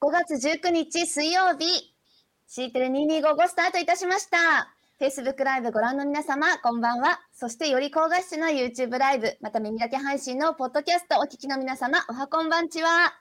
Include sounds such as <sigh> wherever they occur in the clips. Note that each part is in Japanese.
5月19日水曜日、シーテル2255スタートいたしました。Facebook ライブご覧の皆様、こんばんは。そしてより高画質な YouTube ライブ、また耳だけ配信のポッドキャストお聞きの皆様、おはこんばんちは。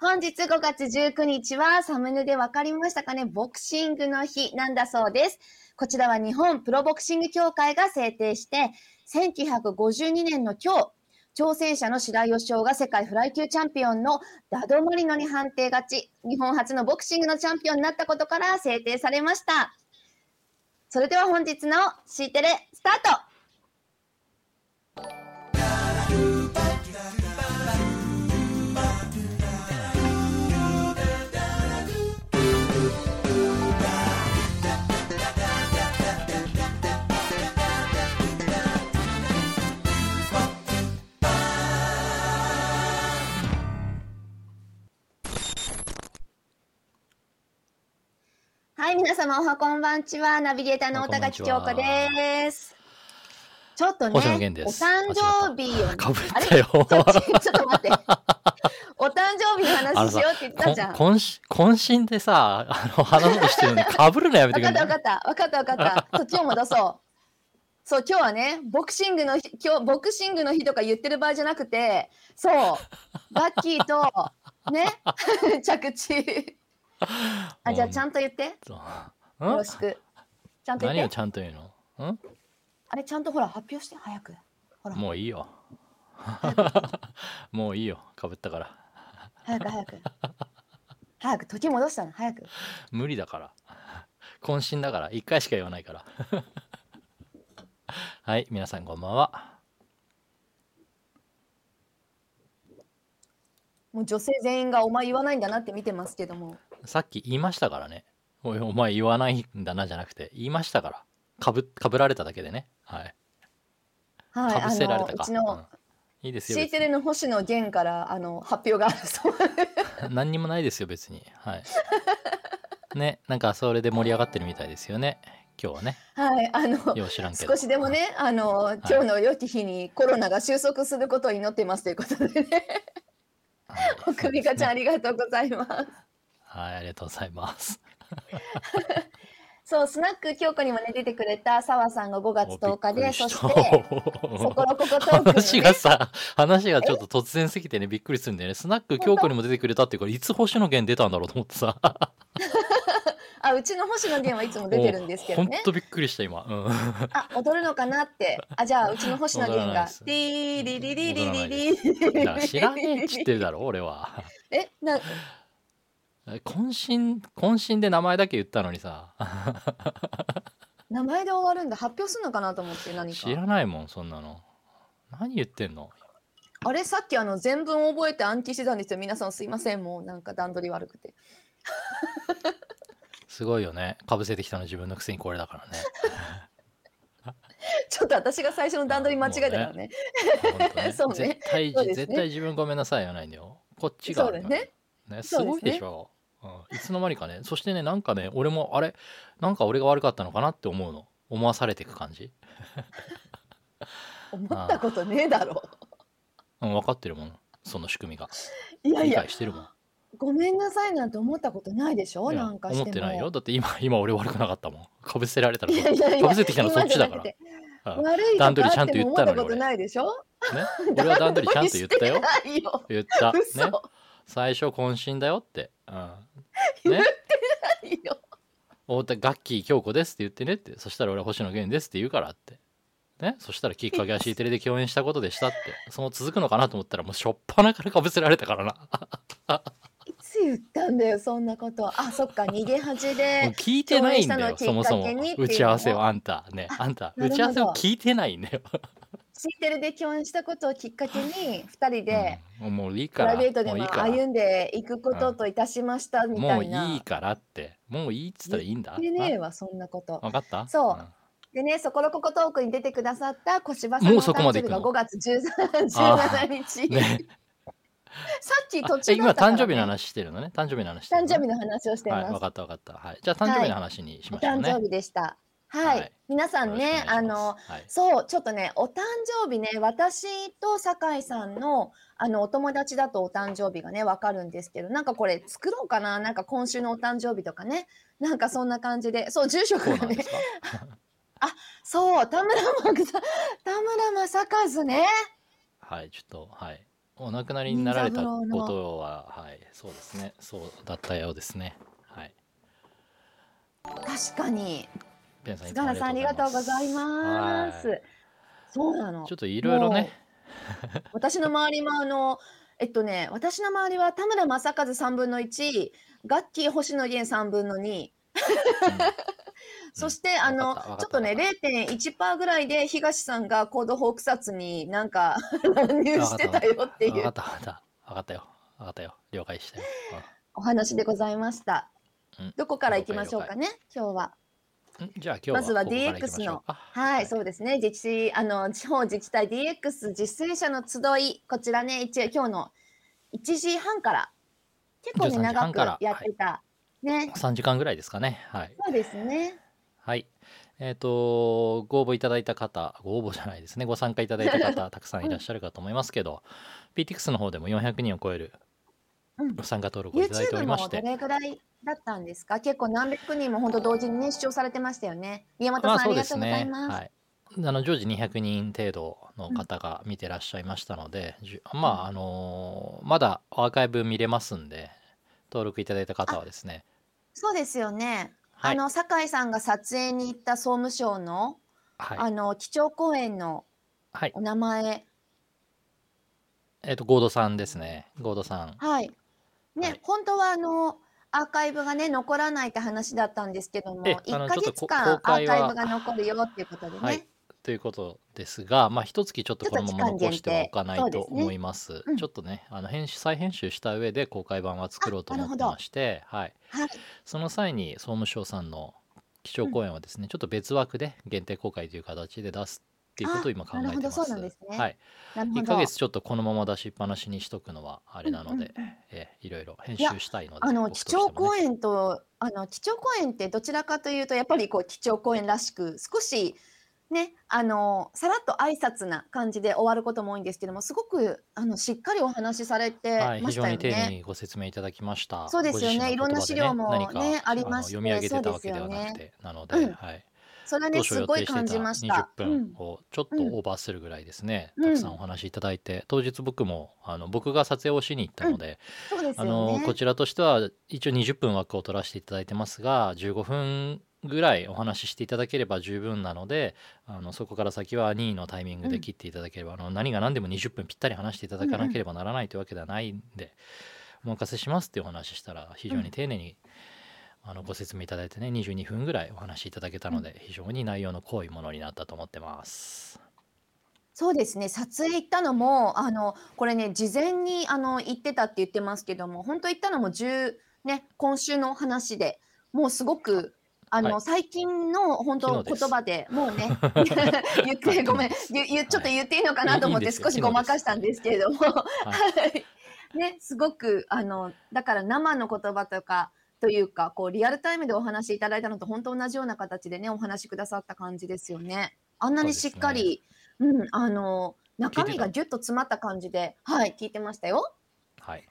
本日5月19日はサムネでわかりましたかね、ボクシングの日なんだそうです。こちらは日本プロボクシング協会が制定して、1952年の今日、挑戦者の白井義雄が世界フライ級チャンピオンのダドマリノに判定勝ち、日本初のボクシングのチャンピオンになったことから制定されました。それでは本日の C テレスタートはい、皆様おはこんばんちは、ナビゲーターのお大はこんば高木んち京は子です。ちょっとね、お星野源です誕生日を、ね、かぶっあれたよ。そっちちょっと <laughs> 待って。お誕生日の話しようって言ってたじゃん。こん渾身でさ、あの、話をしてるのにかぶるのやめて分くかれっなたい分かった分かった分か <laughs> った。そっちを戻そう。そう今日はねボクシングの日今日ボクシングの日とか言ってる場合じゃなくて <laughs> そうバッキーとね <laughs> 着地あじゃあちゃんと言ってよろしくちゃんと何言っをてちゃんと言うのんあれちゃんとほら発表して早くほらもういいよ。 <laughs> もういいよ。かぶったから。早く早く早く時戻したの早く無理だから。渾身だから。一回しか言わないから。 <laughs> はい、皆さんこんばんは。もう女性全員がお前言わないんだなって見てますけどもさっき言いましたからね。おいお前言わないんだなじゃなくて、言いましたから。かぶ、かぶられただけでね。はい。はいかぶせられたあか。のうちの、うんいいですよ。シーテレの星野源からあの発表があるそう <laughs> 何にもないですよ別にはいねなんかそれで盛り上がってるみたいですよね今日はねはい、あのよう知らんけど少しでもね、あの今日の良き日にコロナが収束することを祈っていますということで <laughs> ね、はい奥美香ちゃんあんりがとうございます。はいありがとうございますそう、スナック京子にもね出てくれた澤さんが5月10日おびっくで、そりた <laughs> してそころここトーク話にがね、さ話がちょっと突然すぎてねびっくりするんだよねスナック京子にも出てくれたっていうからいつ星野源出たんだろうと思ってさあうちの星野源はいつも出てるんですけどもうほねん、とびっくりした今うん <laughs> あ踊るのかなって、あじゃあうちの星野源踊らないがです、リリリリリリリいや知らねえっつってるだろ俺はえな渾身渾身で名前だけ言ったのにさ名前で終わるんだ、発表するのかなと思って、何か知。らないもんそんなの何言ってんのあれさっきあの全文覚えて暗記してたんですよ。皆さんすいません。もうなんか段取り悪くて。すごいよねかぶせてきたの自分のくせにこれだからねちょっと私が最初の段取り間違えたからね。 <laughs> ほんとねそうね絶対そうですね絶対自分ごめんなさいじゃないんだよこっちがあるからそうねすそうですねごいでしょうん、いつの間にかねそしてねなんかね俺もあれなんか俺が悪かったのかなって思うの思わされていく感じ思ったことねえだろ。うん分かってるもんその仕組みがいやい理や解、してるもんごめんなさいなんて思ったことないでしょ。いやなんかしても。思ってないよだって今今俺悪くなかったもんかぶせられたらいやいやいや。かぶせてきたのそっちだから今じゃなくうて悪い段こと取りちあゃっんとて言もっ思たっのたにことないでしょ。ね俺は段取りちゃんと言ったよ段取りしてないよ。言ったね嘘。最初渾身だよって、うん、言 <laughs> ねってないよ。太田ガッキー京子ですって言ってねってそしたら俺は星野源ですって言うからってねそしたらきっかけは C テレで共演したことでしたってその続くのかなと思ったらもうしょっぱなからかぶせられたからないつ言ったんだよそんなこと。あそっか逃げ恥 <laughs> もうで。聞いてないんだよ共演したそのをきもっかそけにもっていうの打ち合わせをあんたねあんた <laughs> なるほど打ち合わせを聞いてないんだよ、シーテルで共演したことをきっかけに二人で。 <laughs> うんもういいプからライベートでもういいもから歩んでいくことといたしましたみもたういな。いいからってもういいっつったらいいんだ言ってねえわそんなこと。分かったそうんでねそころここトークに出てくださった小芝さんのもおうそこ誕ま生で日行がくの5月13 17日、ね <laughs> さっきあ途中今だったからね誕生日の話してるのね誕生日の話して誕るのね生日の話をしてはい、ま分す。かった分かった。はい、じゃあ誕生日の話にしおましょう誕ね。生日でした。はい、はい皆さんね、あの、はい、そう、ちょっとね、お誕生日ね、私と酒井さんの、あの、お友達だとお誕生日がね、わかるんですけど、なんかこれ作ろうかな、なんか今週のお誕生日とかね、なんかそんな感じで、そう、住職そがうなんでね <laughs> す、か。そう、田村正和、田村正和ね、はい、ちょっと、はい。お亡くなりになられた任三こ郎のとは、はい、そうですね。そうだったようですね。はい。確かに。ペンさん、いつ菅も原さん、ありがとうございまはす。そうなのいちょっ。といろいろね、私の周りもあのえっとね私の周りは田村正和3分の1ガッキー星野源3分の2そして、あわのかったわかっちたょっとね0.1%ぐらいで東さんがコードホークサツになん <laughs> か乱入してたよって分いかうった分かった分かったよ分かったよ了解したよお話でございましたうん。どこから行きましょうかね今日は。うんんじゃあ今日はまずはここから行きま DX しょうかはい、はいそうですね。自治あの地方自治体 DX 実践者の集いこちらね一今日の1時半から結構ね13時長半くからやってた、ね3時間ぐらいですかねはいそうですね。はいえっ、とご応募いただいた方ご応募じゃないですねご参加いただい <laughs> た方たくさんいらっしゃるかと思いますけど PTX の方でも400人を超えるうんご参加登録をいただいてお YouTube りもましどて、れぐらいだったんですか結構何百人も本当同時にね視聴されてましたよね宮本さん、まああそうりでがとすうござねいます、はいあの常時200人程度の方が見てらっしゃいましたので、じゅまああのーまだアーカイブ見れますんで登録いただいた方はですねそうですよね、はいあの酒井さんが撮影に行った総務省の、はあい、の基調講演のはい、お名前えっ、と、ゴードさんですね。ゴードさん。はいね、はい本当はあのアーカイブがね残らないって話だったんですけどもええあ1のかちょっと月こ間公アー開はカイブが残るよっていうことでね、はい。ということですが、まあ、一月ちょっとこのままちょっと期間残してはおかな限い定そうでとすね思います。うんちょっとね、あの編集再編集した上で公開版は作ろうと思ってまして、はい。はいその際に総務省さんの基調講演はですね、ちょっと別枠で限定公開という形で出すっていうことを今考えてます。あなるほどそうなんですねはい。なるほ一どヶ月ちょっとこのまま出しっぱなしにしとくのはあれなのうで、んうんうんえいろいろ編集したいので。あの僕基として調もね講演とあの基調講演ってどちらかというとやっぱりこう基調講演らしく少しねあのさらっと挨拶な感じで終わることも多いんですけどもすごくあのしっかりお話しされはてい、ま非した常よに丁寧ね。にご説明いただきました。そうですよねご自身のいろんな資料もね言葉で何かありまのして読み上げてたわけでそはうですよねなくて、なので、うんはい、それは当ね初す予ご定いして感じましたた。う20分んをちょっとオーバーするぐらいですね、たくさんお話いただいて、当日僕もあの僕が撮影をしに行ったので、そうですあよのねこ。ちらとしては一応20分枠を取らせていただいてますが15分ぐらいお話ししていただければ十分なのであのそこから先は任意のタイミングうでん切っていただければ、あの何が何でも20分ぴったり話していただかなければならないというわけではないんで、お任せしますっていうお話ししたら非常に丁寧に、あのご説明いただいてね22分ぐらいお話しいただけたので、非常に内容の濃いものになったと思ってます。そうですね撮影行ったのもあのこれね事前にあの行ってたって言ってますけども本当行ったのも10、ね、今週の話でもうすごくあの、は最近の本当昨日です言葉でもうね <laughs> <laughs> 言ってごめんゆゆちょっと言っていいのかなと思っいていんですよ少しごまかしたんですけれども、はい <laughs> ね、すごくあのだから生の言葉とかというかこうリアルタイムでお話しいただいたのと本当同じような形でねお話しくださった感じですよね。あんなにしっかりう、ん、あの中身がぎゅっと詰まった感じではい聞いてましたよ。はい。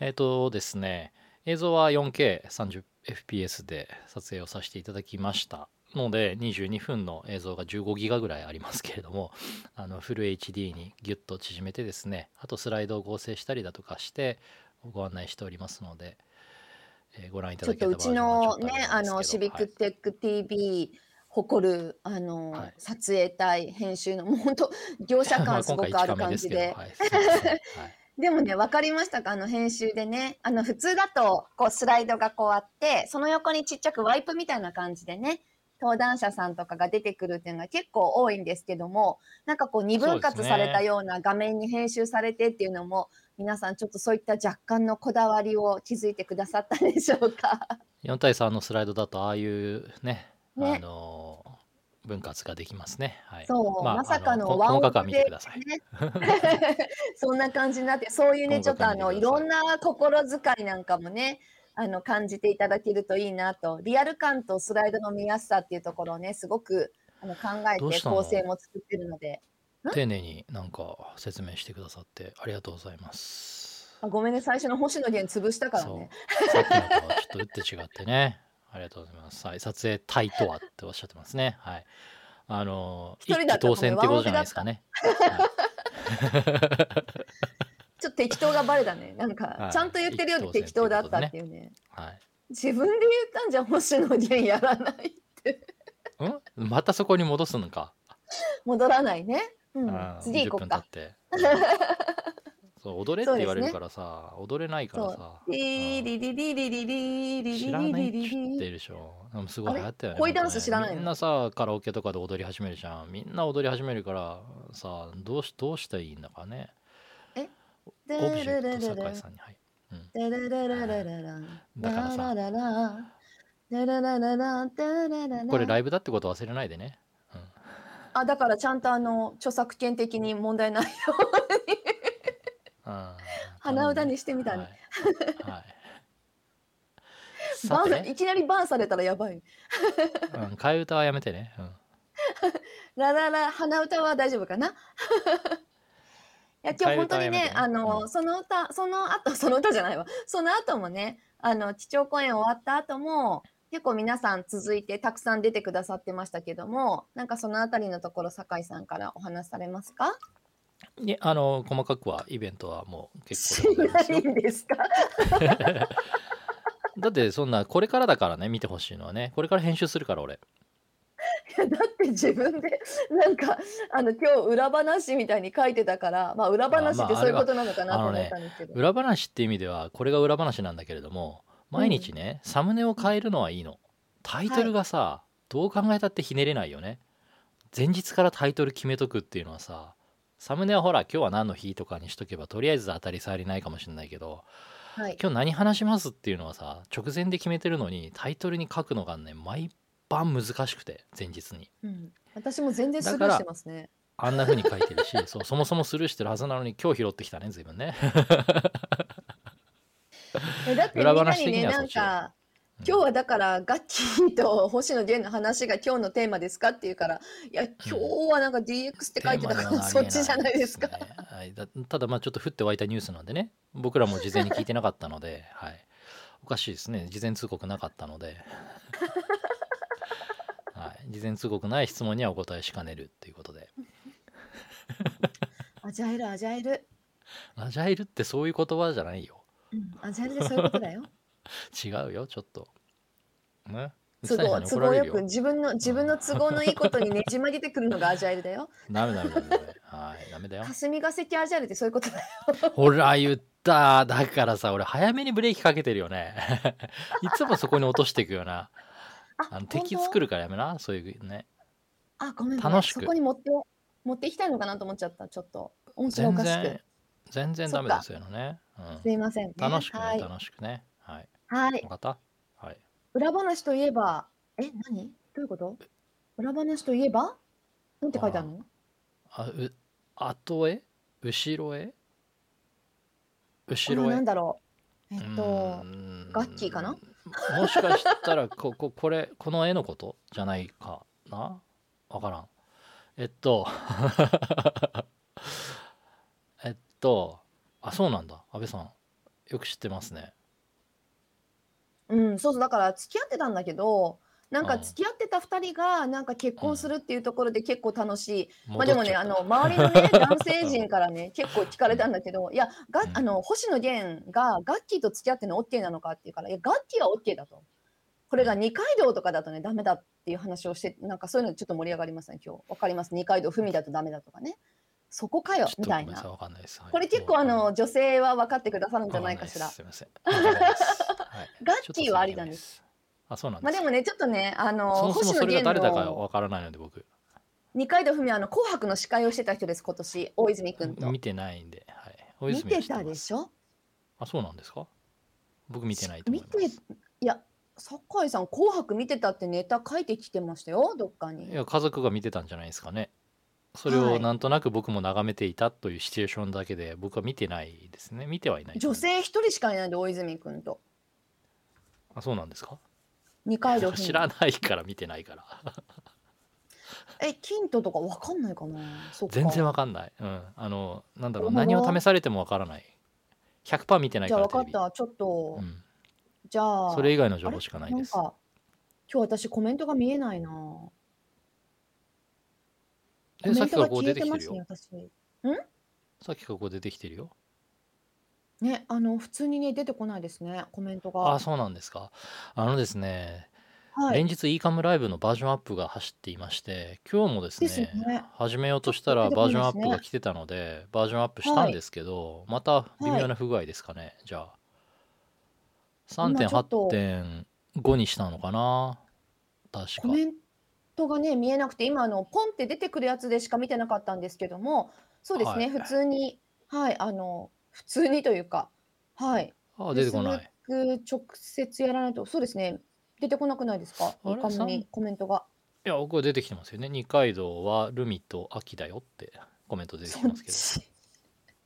えっ、とですね、映像は 4K30fps で撮影をさせていただきました。ので22分の映像が15ギガぐらいありますけれども <laughs> あのフル HD にギュッと縮めてですねあとスライドを合成したりだとかしてご案内しておりますので、えーご覧いたちょだっけとたうバージちョンがのちょっとねああれなんのですシけどビックテック TV 誇るあの、はい撮影隊編集のもう本当業者はいま感あす今ご回くある1カメ感ですじけどで。はいそうですねはいでもね、分かりましたかあの編集でね、あの普通だとこうスライドがこうあって、その横にちっちゃくワイプみたいな感じでね、登壇者さんとかが出てくるっていうのが結構多いんですけども、なんかこう二分そうで割すねされたような画面に編集されてっていうのも、皆さんちょっとそういった若干のこだわりを気づいてくださったでしょうか。 4対3のスライドだとああいうねねあのー分割ができますね。はい、そう、まさかあこのワン細オかくはペ見でてください。そんな感じになって、そういうね、ちょ今っとあ回のも見いてくだろさんな心遣いいなんかもね、あの感じていただけるといいなとリアル感とスライドの見やすさっていうところをねすごくあの考えどうてしたの構成も作ってるので丁寧になんか説明してくださってありがとうございます。あごめんね最初の星野源潰したからそうね。 <laughs> さっきのとはちょっと打って違ってね。ありがとうございます。はい、撮影隊とはっておっしゃってますね。はい。あの、一一人だ気った当選ってことじゃないですかね。ちょっと適当がバレたねなんか、はいちゃんと言ってるように適当だったっていうねはい。自分で言ったんじゃ星野源やらないはい、 <laughs> んまたそこに戻すのか。戻らないね、う、うん次行こう10か分経って。 <laughs> そう、踊れって言われるからさ、踊れないからさ。リうリんリリリリリリ知らないリっリちゅってリるでしょ。でもすごい流行ったよね。恋ダンス知らないのみんなさ、カラオケとかで踊り始めるじゃん。みんな踊り始めるからさ、どうしどうしたらいいんだかね。オブジェクト酒井さんに。はい。これライブだってこと忘れないでね。あだからちゃんとあの著作権的に問題ないようん鼻歌にしてみたね。はい。はいバさンていね、きなりバンされたらやばいうん、替え歌はやめてね。うんラララ鼻歌は大丈夫かな <laughs> いや今日本当にねあの、その歌その後 <laughs> その歌じゃないわその後もねあの基調公演終わった後も結構皆さん続いてたくさん出てくださってましたけどもなんかそのあたりのところ酒井さんからお話しされますかいやあの細かくはイベントはもう結構でございます <laughs> よしないんですかだってそんなこれからだからね見てほしいのはねこれから編集するから俺いや <laughs> だって自分でなんかあの今日裏話みたいに書いてたからまあ裏話ってまあまあそういうことなのかなあれとは思ったんですけど、裏話って意味ではこれが裏話なんだけれども毎日ね、サムネを変えるのはいいのタイトルがさ、どう考えたってひねれないよね前日からタイトル決めとくっていうのはさサムネはほら今日は何の日とかにしとけばとりあえず当たり障りないかもしれないけどはい、今日何話しますっていうのはさ直前で決めてるのにタイトルに書くのがね毎晩難しくて前日にうん、私も全然スルだーからしてますねあんな風に書いてるしそうそもそもスルーしてるはずなのに今日拾ってきたね随分ねえだってみん裏なに話的ねにはなそんっちよか今日はだからガッキーと星野源の話が今日のテーマですかって言うからいや今日はなんか DX って書いてたかテーマでらはそ投っげちじゃないですかねはい、だただまあちょっと降って湧いたニュースなんでね僕らも事前に聞いてなかったので、 <laughs> はい、おかしいですね事前通告なかったので、 <laughs> はい、事前通告ない質問にはお答えしかねるっていうことでアジャイルアジャイル、アジャイルってそういう言葉じゃないようん、アジャイルでそういうことだよ違 <laughs> うよちょっとね都水谷さ合んに都怒ら合れよるく自分の自分の都合のいいことにねじ曲げてくるのがアジャイルだよダメダメダメダメはいダメ <laughs> だよ霞が関アジャイルってそういうことだよほら言っただからさ俺早めにブレーキかけてるよね <laughs> いつもそこに落としていくよなあの敵作るるからやめなそういうねあごめん楽しくそこに持って持っていきたいのかなと思っちゃったちょっと音声お全かしく然全然ダメですよね、うすいません、ね、ん、楽しくね、はい、楽しくねはいはい分かったはい裏話といえば、え、何どういうこと裏話といえばなんて書いてあるのあう後へ後ろへ後あろへなんだろう。えっとう、ーんガッキーかなもしかしたら <laughs> こここれこの絵のことじゃないかなわからんえっと <laughs> えっとあそうなんだ安倍さんよく知ってますねうん、そうそう、だから付き合ってたんだけど、なんかうん付き合ってた二人が、なんか結婚するっていうところで結構楽しい。まあで戻もっちね、ゃあったの、周りのね、男性陣から <laughs> ね、結構聞かれたんだけど、いや、がう、んあの、星野源がガッキーと付き合ってんの OK なのかって言うから、いや、ガッキーは OK だと。これが二階堂とかだとね、ダメだっていう話をして、なんかそういうのちょっと盛り上がりますね、今日。わかります二階堂ふみだとダメだとかね。そこかよちょ、みっとごためいんななさい。わかんないですはいこれ結構あもうの女性は分かってくださるんじゃわないんかしら。すいませんわかんない <laughs> ですはいガッちょっとキーはありなんです。すいませんあそうなんまであすでもねちょっとねあのそもそもそれが誰だかのわからないので僕二階堂ふみはあの紅白の司会をしてた人です今年大泉君と見てないんで、はい、大見泉はて知ってたまですしょあそうなんですか僕見てないと思見いてますいや酒井さん紅白見てたってネタ書いてきてましたよどっかいに。や家族が見てたんじゃないですかねそれはをいなんとなく僕も眺めていたというシチュエーションだけで僕は見てないですね見てはいない女性一人しかいないんで大泉君と。あそうなんですか二階堂知らないから見てないからえキントとかわかんないかなそっか全然わかんない、うん、あのなんだろうなる何ほどを試されてもわからない100%見てないじかゃあらわテかレったビ、ちょっと、うん、じゃあそれ以外の情報しかないなんですか今日私コメントが見えないなコメえンさっきトかがらここ消出えててきてまるすよね私さっきからここ出てきてるよねあの普通にね出てこないですねコメントあがあそうなんですかあのですね、はい連日 e カムライブのバージョンアップが走っていまして今日もですねですよね始めようとしたらちバょーっと出てこないですねジョンアップが来てたのでバージョンアップしたんですけど、また微妙な不具合ですかね、じゃあ今ちょっと3.8.5にしたのかな確かコメントがね見えなくて今あのポンって出てくるやつでしか見てなかったんですけどもそうですね、はい普通にはいあの普通にというかはいあ出てこないフェイスブック直接やらないとそうですね出てこなくないですかあイれカムにコメントがいや僕は出てきてますよね二階堂はルミと秋だよってコメント出てきてますけどそっ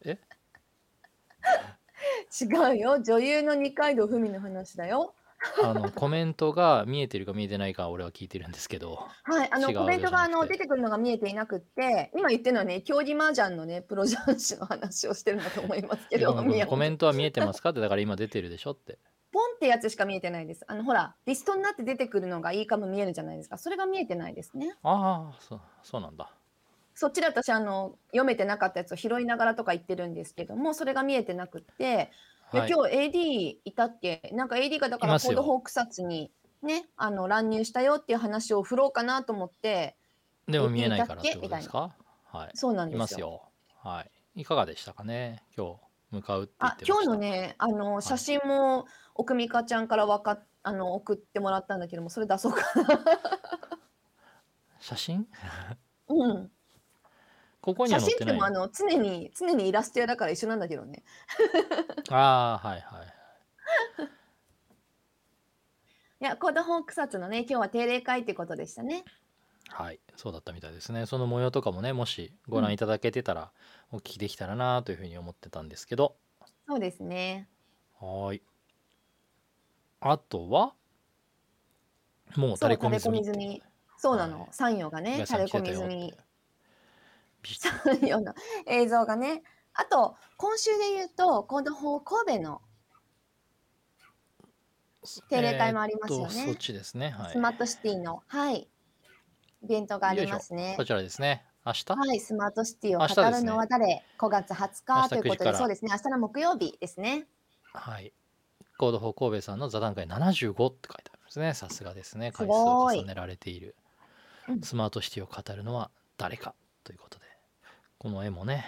えち違うよ女優の二階堂ふみの話だよあのコメントが見えてるか見えてないかは俺は聞いてるんですけどはいあの違うコメントがあじゃなのくて出てくるのが見えていなくって今言ってるのはね競技麻雀のねプロ雀士の話をしてるんだと思いますけえごどめんごめ宮んコメ本ントは見えてますかってだから今出てるでしょってポンってやつしか見えてないですあのほらリストになって出てくるのがいいかも見えるじゃないですかそれが見えてないですねああそうそうなんだそっちで私あの読めてなかったやつを拾いながらとか言ってるんですけどもそれが見えてなくってではい今日 AD いたっけなんか AD がだかいらますコーよドホークサツにねあの乱入したよっていう話を振ろうかなと思ってでも見えないからっ見てえてこみとたっけですかはいそうなんいですよますよはいいかがでしたかね今日向かうって言っあてました今日のねあの写真も奥美香ちゃんからわかっあの送ってもらったんだけどもそれ出そうかな写真うんここには写載っ真っててなのいもあの常に常にイラスト屋だから一緒なんだけどねああはいはいいやコードホークサツのね今日は定例会ってことでしたねはい、そうだったみたいですね。その模様とかもね、もしご覧いただけてたら、お聞きできたらなというふうに思ってたんですけど、そうですねはーい。あとは、もうそう垂れ垂れ込み込済みみって済みそうなの、はい山陽がね垂れ込み済み。東さん来てたよって山陽の映像がねあと今週で言うと今度方神戸の定例会もありますよねえーっとそっちですね。はい。スマートシティのはい、イベントがありますねこちらですね。明日、はい、スマートシティを明日ですね語るのは誰、?5 月20明日日ということ9時かで、らそうですね、明日の木曜日ですね。はい。コード法神戸さんの座談会75って書いてありますね。さすがですね。す回数ごをい重ねられているうん。スマートシティを語るのは誰かということで。この絵もね、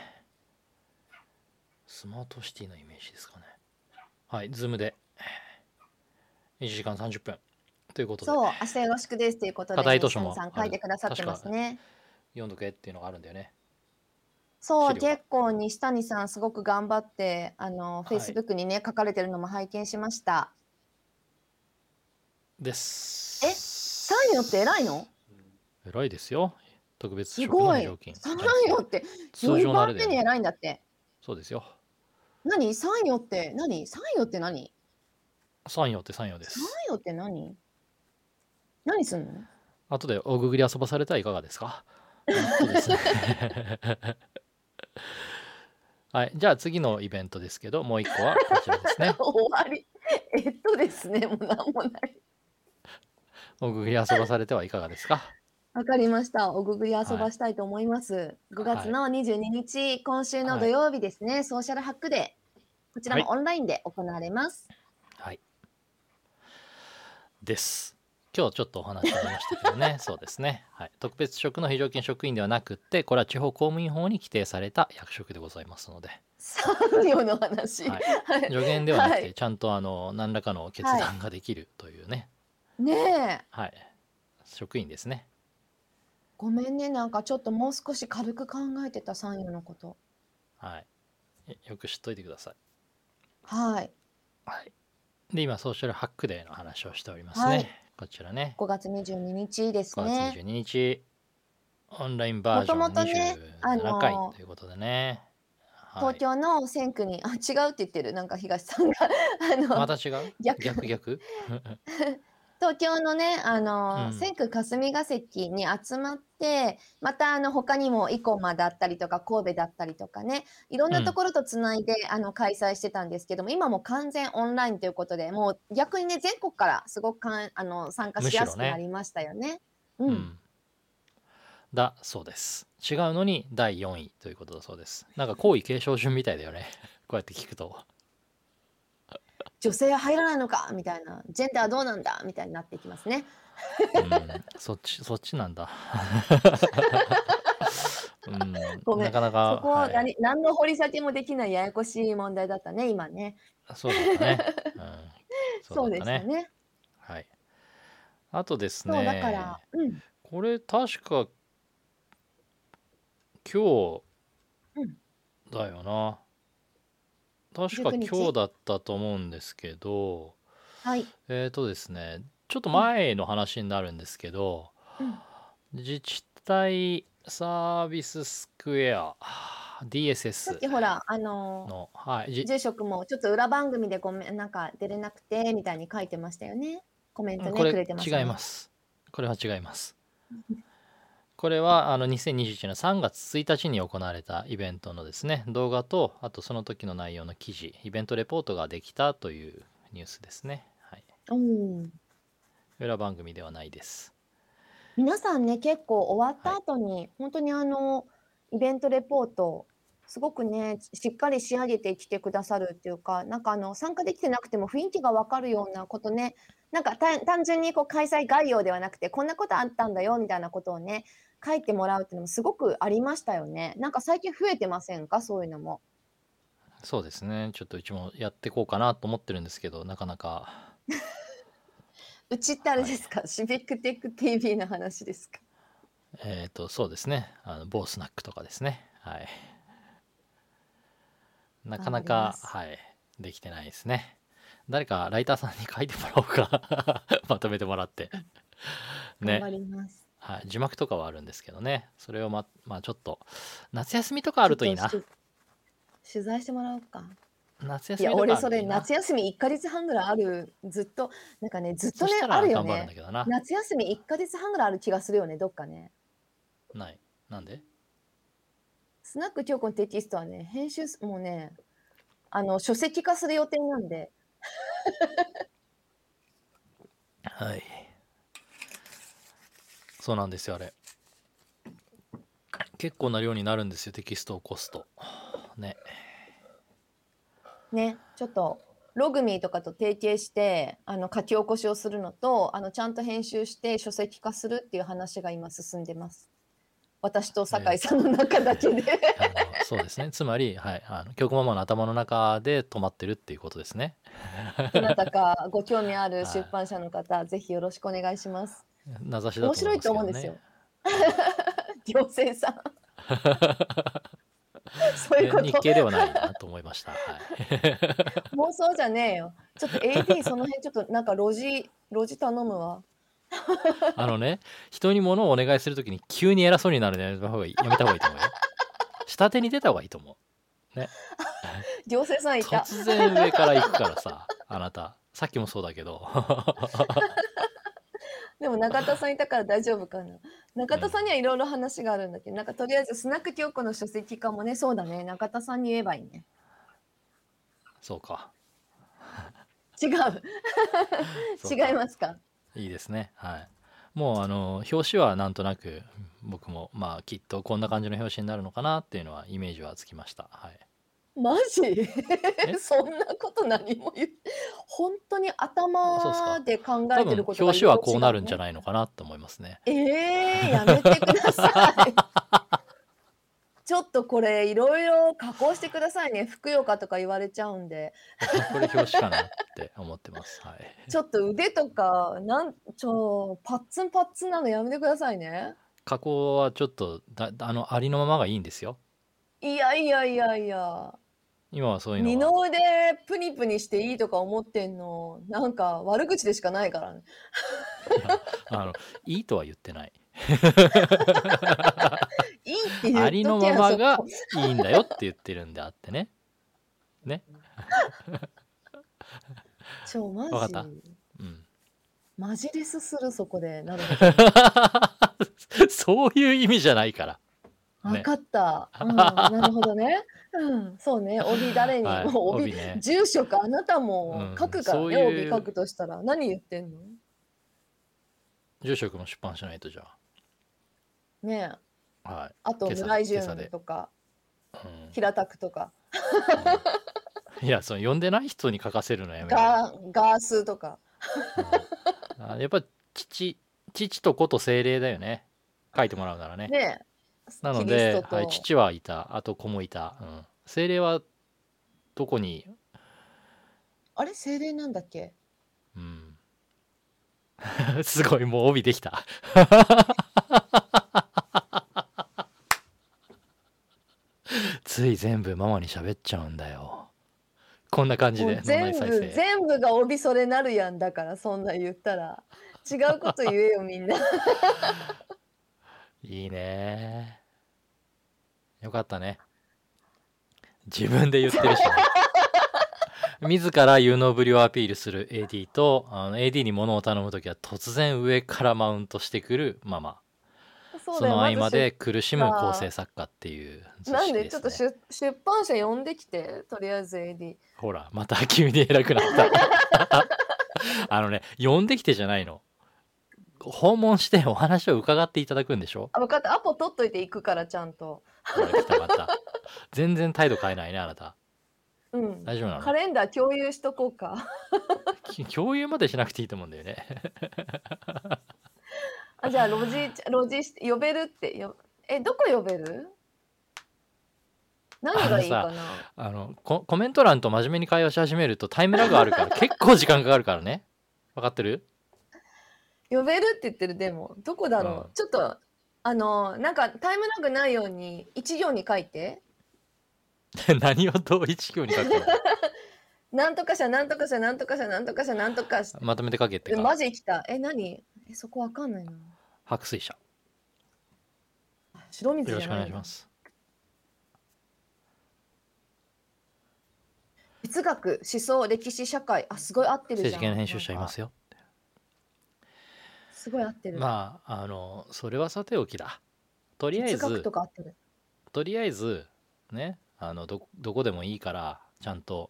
スマートシティのイメージですかね。はい、ズームで1時間30分ということでそう、明日よろしくですということで、課題図書ねもさん書いてくださってますね。読んどけっていうのがあるんだよね。そ資う、料が結構西谷さん、すごく頑張って、あの、はい Facebook にね、書かれてるのも拝見しました。です。え山陽って偉いの偉いですよ。特別す職ごのい料金。。山陽って、通4常のあれ番だ目よにね。偉いんだって。そうですよ。何山陽って何山陽って何三陽って三陽です山。陽って何何すんの後でおぐぐり遊ばされたらいかがですかうんそうですね <laughs> はい、じゃあ次のイベントですけどもう一個はこちらです <laughs> ね <laughs> 終わり。えっとですね、もうなんもない。おぐぐり遊ばされてはいかがですかわかりました。おぐぐり遊はばいしたいと思います。5月の22日、今週の土曜日ですね、ソーシャルハックで、こちらもオンラインで行われます。はいです今日ちょっとお話しありましたけど <laughs> ねそうですね、はい、特別職の非常勤職員ではなくってこれは地方公務員法に規定された役職でございますので、産業の話。はい助言ではなくはてちゃんとあの何らかの決断ができるというね、ねえ、はい、職員ですねごめんね、なんかちょっともう少し軽く考えてた産業のこと。はい。えよく知っといてください。はい。はい。で、今、ソーシャルハックデーの話をしておりますね。はいこちらね。 5月22日です5月22ね。日、オンラインバージョンもともとねあの27回ということでね。はい東京の線区に、あ違うって言ってるなんか東さんがあの、また違う逆逆逆東京のねあの、うん千区霞が関に集まってまたあの他にも生駒だったりとか神戸だったりとかねいろんなところとつないで、あの開催してたんですけども今もう完全オンラインということでもう逆にね全国からすごくかんあの参加しやすくむしろねなりましたよね。 <laughs> ううんんだそうです違うのに第4位ということだそうですなんか皇位継承順みたいだよね <laughs> こうやって聞くと女性は入らないのかみたいなジェンダーどうなんだみたいになってきますね。うんそっち、そっちなんだ。 <laughs> うごん、めんなかなかそこははい何,、何の掘り下げもできないややこしい問題だったね今ね。そうだった <laughs> ね。うん、そうだでっしたたね。はい。あとですそうね、だから、うん、これ確か今うん日だよな。確か19日今日だったと思うんですけど、はい。えっ、とですね、ちょっと前の話になるんですけど、うん自治体サービススクエアさっ DSS きほら、あのの、はい、ーじ住職もちょっと裏番組でごめん、なんか出れなくてみたいに書いてましたよね。コメントね、こくれれてました、ね。違います。これは違います。これはあの2021年3月1日に行われたイベントのですね動画とあとその時の内容の記事イベントレポートができたというニュースですね、はい、うん。裏番組ではないです皆さんね、結構終わった後に、本当にあの、イベントレポート、すごくね、しっかり仕上げてきてくださるっていうか、なんかあの、参加できてなくても雰囲気がわかるようなことね、なんか単単純にこう開催概要ではなくて、こんなことあったんだよみたいなことをね、書いてもらうっていうのもすごくありましたよね。なんか最近増えてませんかそういうのも。そうですねちょっとうちもやっていこうかなと思ってるんですけどなかなかうちってあれですか、シビックテック TV の話ですかえっ、と、そうですね。あの、某スナックとかですね。はい。なか頑張りまなか、すはい。できてないですね。誰かライターさんに書いてもらおうか。 <laughs> まとめてもらって。頑張ね。ります。はい。字幕とかはあるんですけどね。それをま、まあちょっと、夏休みとかあるといいなちょ。っとし取材してもらおうか。夏い休みや、とかあるといいな。俺それ夏休み1ヶ月半ぐらいある、ずっと、なんかね、ずっとそねした、らあるよ頑張るんだね。けどな。夏休み1ヶ月半ぐらいある気がするよね、どっかね。ない。なんでスナック京子のテキストはね、編集す、もうね、あの、書籍化する予定なんで、はい。そうなんですよ、あれ。結構な量になるんですよ、テキストを起こすと。ね。ね、ちょっと、ログミーとかと提携して、あの、書き起こしをするのと、あの、ちゃんと編集して書籍化するっていう話が今進んでます。私と酒井さんの中だけで。あのそうですね。 <laughs> つまり、はい、あの、曲ママの頭の中で止まってるっていうことですね。どなたかご興味あるはい出版社の方、ぜひよろしくお願いします。名指しだと思うん面ですけ白いど、ね。と思うんですよ。行政 <laughs> さん。そういうこねと日経ではないなと思いました。はい。妄想じゃねえよ。ちょっと AD その辺ちょっとなんか路地路地頼むわ。あのね、人に物をお願いするときに急に偉そうになるのやめた方がいい、やめた方がいいと思うよ。下手に出た方がいいと思う。行政さんいた。突然上から行くからさ、あなた。さっきもそうだけど。 <laughs> でも中田さんいたから大丈夫かな。中田さんにはいろいろ話があるんだけど、なんかとりあえずスナック京子の書籍化もね、そうだね。中田さんに言えばいいね。そうか。違う。そうか違いますか。いいですね。はい。もうあの表紙はなんとなく僕もまあきっとこんな感じの表紙になるのかなっていうのはイメージはつきました。はい。マジ <laughs> そんなこと何も言う本当にそうっすか頭で考多えて分るこ表とが紙はこうなるんじゃいないのかなと思いま <laughs> すね。ええー、やめてくださ <laughs> いちょっとこれいろいろ加工してくださいねふくよかとか言われちゃうんでこれ表紙かなって思ってます。はい。ちょっと腕とかなんちょパッツンパッツンなのやめてくださいね加工はちょっとだあのありのままがいいんですよ。いやいやいやいや今はそういう二のはの腕プニプニしていいとか思ってんのなんか悪口でしかないからねいやあのいいとは言ってない。いいって言うありのままがいいんだよって言ってるんであってね。ちょ、マジ。わかったうん。 <laughs> マジレスする、そこで。なるほど。そういう意味じゃないから。ねわか <laughs> った。うん、なるほどね。うん、そうね。帯誰に、はいもう帯帯ね住所かあなたうもん書くからね、そういう帯書くとしたら。何言ってんの住職も出版しないとじゃねえ。あ。はい。あと、今朝村井今淳朝でとか、うん平田区とか、いや、その呼んでない人に書かせるのやめろガーガースとか。うんあやっぱ父、父と子と精霊だよね。書いてもらうならね。ねえ。なのキリでスト、とはい、父はいた、あと子もいた。うん、精霊はどこに、あれ精霊なんだっけうん、 <laughs> すごい、もう帯で <laughs> きた。つい全部ママに喋っちゃうんだよ。こんな感じもでう、全脳内部全部が帯それなるやんだからそんなん言ったら違うこと言えよみんないいねよかったね自分で言って <laughs> るしね自ら有能ぶりをアピールする AD とあの AD に物を頼む時は突然上からマウントしてくるママそ <laughs> そ,、うだよの合間まずで苦しむ構成作家っていう出図なん式でちょっとですね出出版社呼んできてとりあえず AD ほらまた急に偉くなった <laughs> あのね呼んできてじゃないの訪問してお話を伺っていただくんでしょあ分かったアポ取っといて行くからちゃんとほら来たまた全然態度変えないねあなたうん大丈夫なのカレンダー共有しとこうか <laughs> き <laughs> 共有までしなくていいと思うんだよね。 <laughs> あじゃあロジロジして呼べるってよえどこ呼べる何がいいかなあのココメント欄と真面目に会話し始めるとタイムラグある <laughs> から結構時間かかるからね。分かってる <laughs> 呼べるって言ってるでもどこだろう、うんちょっとあのなんかタイムラグないように一行に書いて何をどう一行に書くのなんとか社なんとか社なんとか社なんとか社なんとか社まとめて書けってえか。マジ来たえ何えそこわかんないな白水社。白水よろじしゃくおな願いいしなます。哲学思想歴史社会あすごい合ってるじゃん政治系の編集者いますよよ。すごい合ってる、まあ、あの、それはさておきだ。とりあえ哲学ずと、か合ってるとりあえず、ね、あのど、どこでもいいから、ちゃんと、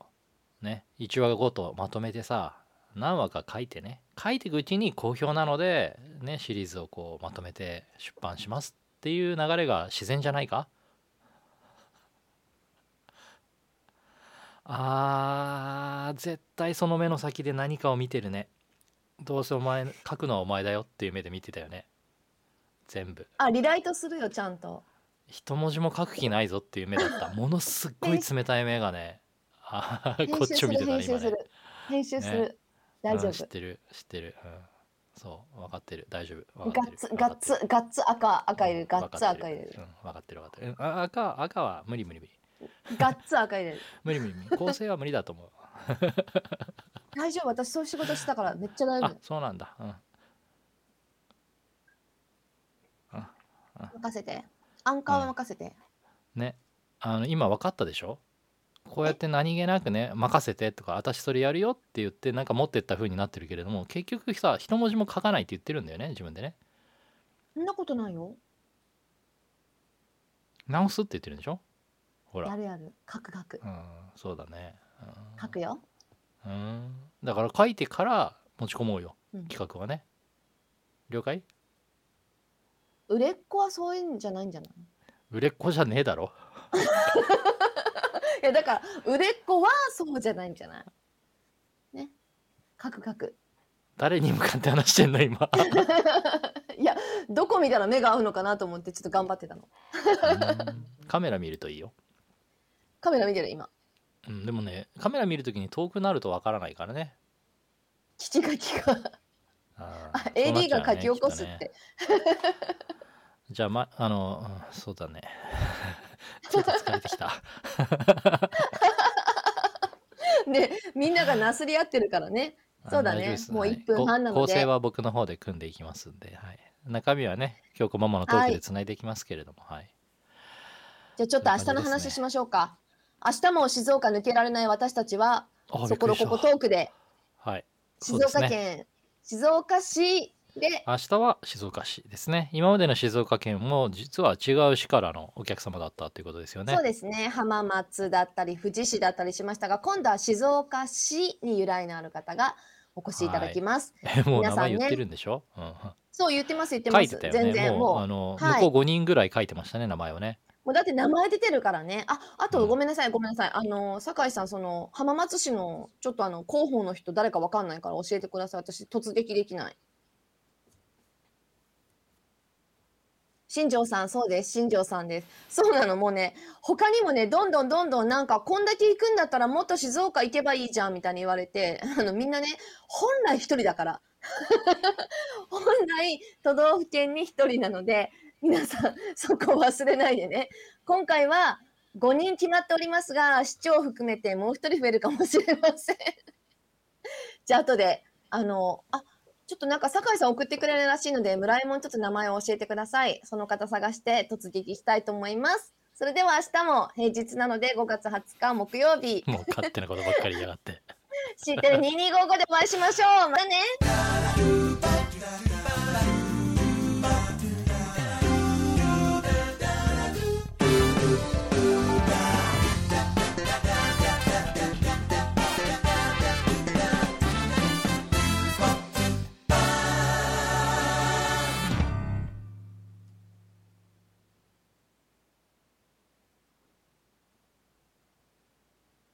ね、1話ごとまとめてさ、何話か書いてね、書いていくうちに好評なので、ね、シリーズをこうまとめて出版しますっていう流れが自然じゃないか <laughs> あー、絶対その目の先で何かを見てるね。どうせお前、書くのはお前だよっていう目で見てたよね。全部。あリライトするよちゃんと一文字も書く気ないぞっていう目 <laughs> だったものすっごい冷たい目がねあー編こっ集ちすを見るてた編ね集今すねる編集する、ね大丈うん知っ夫てる知ってる、うん、そう分かってる大丈夫分かガっッてるツガッツガッツ赤赤入れるガッツ赤入れる分かってる分かってるうんあ赤赤は無理無理無理ガッツ赤入れる無理無 <laughs> 理無理構成は無理だと思う大丈夫私そういう仕事したからめっちゃ大丈あ夫そうなんだうん任せてアンカーは任せて、ねあの今分かったでしょこうやって何気なくね任せてとか私それやるよって言ってなんか持ってった風になってるけれども結局さ一文字も書かないって言ってるんだよね自分でねそんなことないよ直すって言ってるんでしょほらやるやる書く書くうんそうだねうん書くようんだから書いてから持ち込もうよ、うん企画はね了解売れっ子はそういうんじゃないんじゃない売れっ子じゃねえだろいやだから売れっ子はそうじゃないんじゃないね書く書く誰に向かって話してん <laughs> の今いやどこ見たら目が合うのかなと思ってちょっと頑張ってたのうんカメラ見るといいよ、カメラ見てる <laughs> 今うん、でもねカメラ見るときに遠くなるとわからないからね父書きがああ AD が書き起こすって、じゃあまあのうんそうだね <laughs> ちょっと疲れてきたでみんながなすり合ってるからねそうだねあ大丈夫ですもうはい1分半なのでこ構成は僕の方で組んでいきますんで、はい、中身はね今日こママのトークでつないでいきますけれどもはい、じゃあちょっと明日の話しましょうか。明日も静岡抜けられない私たちは、あそころここトびっークくりで、したはいそう静です岡ね県、静岡市で、明日は静岡市ですね今までの静岡県も実は違う市からのお客様だったということですよねそうですね、浜松だったり、富士市だったりしましたが、今度は静岡市に由来のある方がお越しいただきます。え <laughs> もう皆さ名ん前ね言ってるんでしょ、うんうんそう言ってます、言って書まいてす。たよね全然もうもうあの、はい向こう5人ぐらい書いてましたね名前をねもうだって名前出てるからね。あ、あうとんごめんなさい、ごめんなさい。あの、酒井さん、その、浜松市の、ちょっとあの、広報の人、誰かわかんないから教えてください。私、突撃できない。新庄さん、そうです。新庄さんです。そうなの、もうね、他にもね、どんどんどんどん、なんか、こんだけ行くんだったら、もっと静岡行けばいいじゃん、みたいに言われて、 <laughs> あの、みんなね、本来一人だから。 <laughs> 本来、都道府県に一人なので、皆さん、そこ忘れないでね。今回は5人決まっておりますが市長を含めてもう1人増えるかもしれません <laughs> じゃあ後であのあちょっとなんか酒井さん送ってくれるらしいので村井もちょっと名前を教えてくださいその方探して突撃したいと思いますそれでは明日も平日なので5月20日木曜日もう勝手なことばっかり言いやがって知ってる2255でお会いしましょうまたね